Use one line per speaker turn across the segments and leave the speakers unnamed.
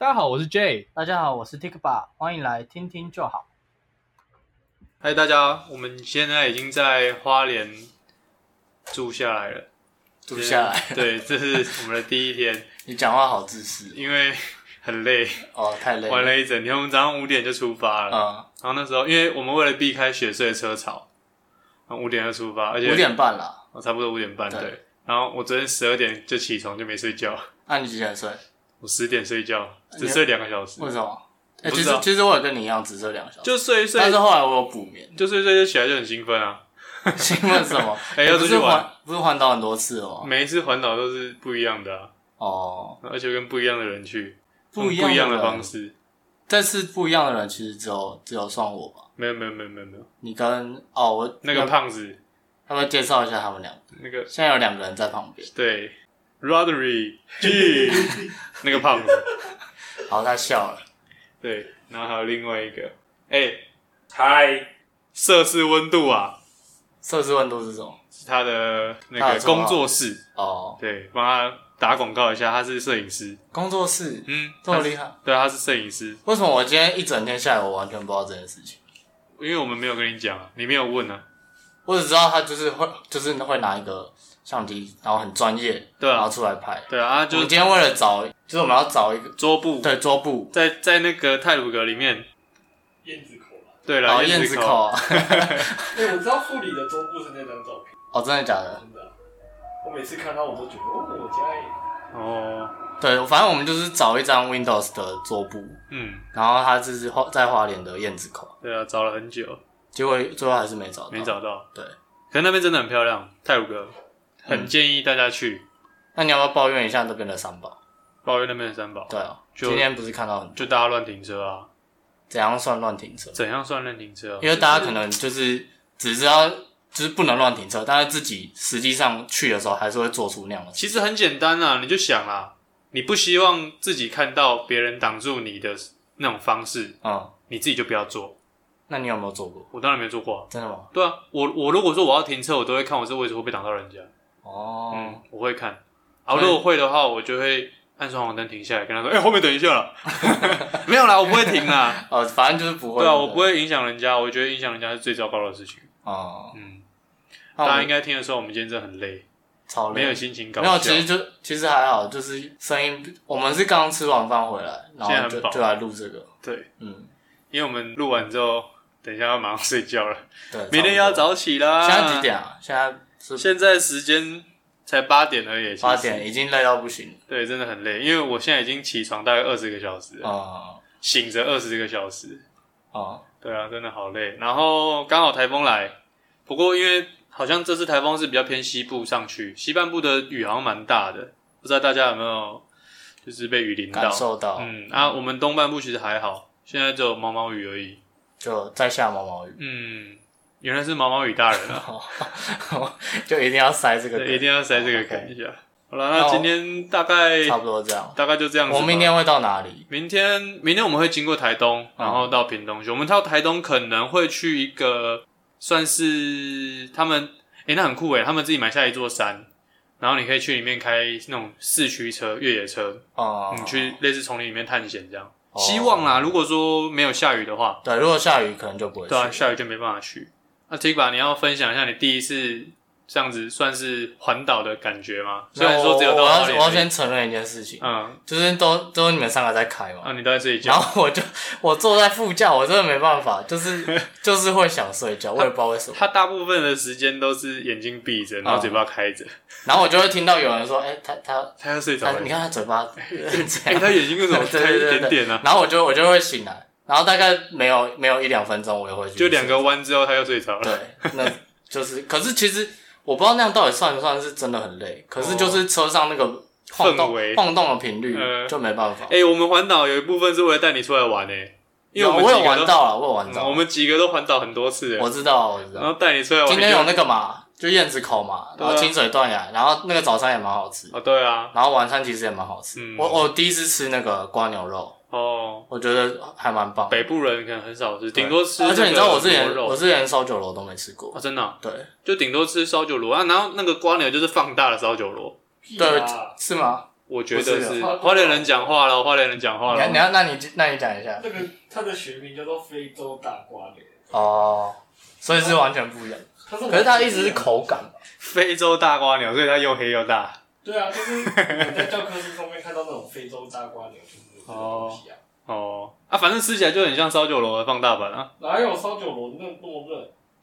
家好，我是 J。
大家好，我是 Tikba，欢迎来听听就好。
嗨，大家，我们现在已经在花莲住下来 了。
住下来，
对，这是我们的第一天，
你讲话好自私
因为很累，
哦，太累
玩
了，
了一整天。我们早上五点就出发了，
嗯，
然后那时候因为我们为了避开雪隧车潮，然后五点就出发，而且
嗯五点半了，
哦差不多五点半
对
对。然后我昨天十二点就起床，就没睡觉，
那你几点睡？
我十点睡觉，只
你
睡两个小时，
为什么？
嗯
哎
不
其
知道
实其实我有跟你一样只睡两个小时，
就睡一睡，
但，是后来我有补眠
就睡一睡就起来就很兴奋啊。
兴奋什么？
哎
你
要
不
出
是
去玩嗯
环不是环岛很多次了吗？
每一次环岛都是不一样的啊，
哦，
而且跟不一样的人去，
不一
用不一样
的
的方
人，
式。
但是不一样的人其实只有只有算我吧。
没有没有没有没有没有，
你跟哦，我
那个胖子，
要不要介绍一下他们两个？
那个
现在有两个人在旁边，
对 r o d r y G，那个胖子，
好，他笑了，
对，然后还有另外一个，哎、
嗨，
摄氏温度啊，
摄氏温度是什么？
是他的
他
那
的
个
绰号
工作室，
哦，
对，帮他打广告一下，他是摄影师，
工作室
嗯，
这么
他是
厉害，
对，他是摄影师，
为什么我今天一整天下来我完全不知道这件事情？
因为我们没有跟你讲啊，你没有问啊，
我只知道他就是会，就是会拿一个相机，然后很专业，
对
然后
啊，
出来拍。
对啊，他
我
就
们
是
今天为了找，就是我们要找一个
桌布，
对桌布，
在在那个泰鲁阁里面，
燕子口吧。
对
然后
了，
燕
子
子口， 啊，
哎、我知道副理的桌布是那张照片，
哦，真的假的？
真的啊、我每次看到我都觉得，哦，我家也
哦，
对，反正我们就是找一张 Windows 的桌布，
嗯，
然后它就是花在花莲的燕子口，
对啊，找了很久
结果最后还是没找到。
没。找到。
对，嗯
可是那边真的很漂亮，泰鲁阁很建议大家去。
那你要不要抱怨一下那边的三宝？
抱怨那边的三宝，
对啊，
就
今天不是看到很
就大家乱停车啊，
怎样算乱停车？
怎样算乱停车啊、
因为大家可能就是只知道就是不能乱停车，但是自己实际上去的时候还是会做出那样的事。
其实很简单啊，你就想啦，你不希望自己看到别人挡住你的那种方式，
嗯，
你自己就不要做。
那你有没有做过？
我当然没做过、啊。
真的吗？
对啊，我我如果说我要停车，我都会看我这位置会不会挡到人家。
哦，
嗯，我会看。啊，
所以
如果会的话，我就会按双黄灯停下来，跟他说：“哎、后面等一下啦。” 没有啦，我不会停啦。
呃，反正就是不会。
对啊，我不。会影响人家，我觉得影响人家是最糟糕的事情。
哦、
嗯，大
那我
家
们
应该听得出来，我们今天真的很累，
超累
没有心情搞
没有，
笑
其实就其实还好，就是声音，我们是刚吃完饭回来，然
现在
后
很
就
饱
就来录这个。
对，
嗯，
因为我们录完之后，等一下要马上睡觉了，
对，
明天要
差
早起啦。
不多。现在几？点啊？现在是
现在时间才八点而已，其实
八。点，已经累到不行。
对，真的很累，因为我现在已经起床大概二十个小时了，
啊、
醒着二十个小时。
嗯、啊、
对啊，真的好累。然后刚好台风来，不过因为好像这次台风是比较偏西部上去，西半部的雨好像蛮大的，不知道大家有没有就是被雨淋到
感？受到、
嗯啊，我们东半部其实还好，现在只有毛毛雨而已。
就在下毛毛雨，
嗯，原来是毛毛雨大人 啊，
就一定要塞这个
对，一
梗，
定要塞这个梗
OK
一下。好了，那今天大概
差不多这样。
大概就这样子吧。
我明天会到哪里？
明天明天我们会经过台东，
嗯
然后到屏东去。我们到台东可能会去一个算是他们，诶、那很酷诶，他们自己买下一座山，然后你可以去里面开那种四驱车、越野车，
哦、
你去类似丛林里面探险这样。
哦
希望啦，如果说没有下雨的话，
对，如果下雨可能就不会去。
对啊，下雨就没办法去。那 t i k a 你要分享一下你第一次这样子算是环岛的感觉吗？虽然说只有
哦我
到
我要
花
我
莲
要
而已，
先承认一件事情，
嗯，
就是都都是你们三个在开嘛，
啊，你都在睡
然
觉，
后我就我坐在副驾，我真的没办法，就是 就是会想睡觉，我也不知道为什么。
他大部分的时间都是眼睛闭着，
哦
然后嘴巴开着。
然后我就会听到有人说：“哎、他他
他要睡着
他，
了。
你看他嘴巴 这
哎、
样。
他眼睛为什么
对
开
对
一
对对
点点 啊？
然后我就我就会醒来，然后大概没有没有一两分钟，我也会去
就两
睡
个弯之后，他又睡着了。
对，那就是，可是其实我不知道那样到底算不算是真的很累，可是就是车上那个晃动
哦氛围
晃动的频率
呃
就没办法。
哎、我们环岛有一部分是为了带你出来玩诶、因为我们
有
几
我
个
有玩
都、
到了，我有玩
嗯
到，
我们几个都环岛很多次、
我
欸，
知道我知
然
道。
后带你出来玩。
今天
你就
有那个嘛，就燕子口嘛，
对
然
啊
后清水断崖，然后那个早餐也蛮好吃，
哦，对啊，
然后晚餐其实也蛮好吃。
嗯
我我第一次吃那个瓜牛肉，
哦，
我觉得还蛮棒。
北部人可能很少吃，
对
顶多吃那个
而且你知道我之前
牛肉
我之前烧酒楼都没吃过
哦，，真的啊、
对
就顶多吃烧酒螺啊，然后那个瓜牛就是放大的烧酒螺，
屁
对
啦，
是吗？
我觉得
不
是
是的
花莲人讲话了，花莲人讲话
你要你
了。
要那你那你讲一下
那个它的学名叫做非洲大瓜牛，哦
哦，所以是完全不一样。
它是
可是它的意思是口感吧，
非洲大瓜牛，所以它又黑又大。
对啊，就是你在教科书上面看到那种非洲大瓜牛就是这个东西啊。
哦啊，反正吃起来就很像烧酒楼的放大版啊。
哪有烧酒螺那那么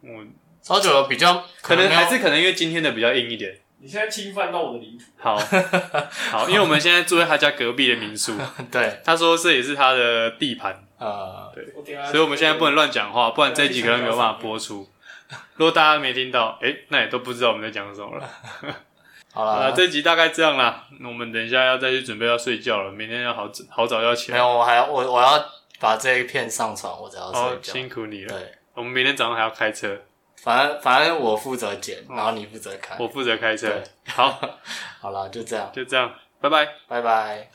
嫩？
我
烧酒楼比较
可能
没有
还是可能因为今天的比较硬一 点。
你现在侵犯到我的领土，
好好，因为我们现在住在他家隔壁的民 宿，
对
他说这也是他的地盘，
呃
我等下。
所以我们现在不能乱讲话，不然这一集可能没有办法播出。 如果大家没听到，哎、那也都不知道我们在讲什么了。
好
啊，
了，
这集大概这样啦。那我们等一下要再去准备要睡觉了，明天要好早好早要起
没
来。
有我还要我我要把这一片上传，我只要
哦
睡，觉。
辛苦你了。
对，
我们明天早上还要开车，
反正反正我负责剪，然后你负责开。
我负责开车
对。
好，
好了，就这样，
就这样，拜拜。
拜拜。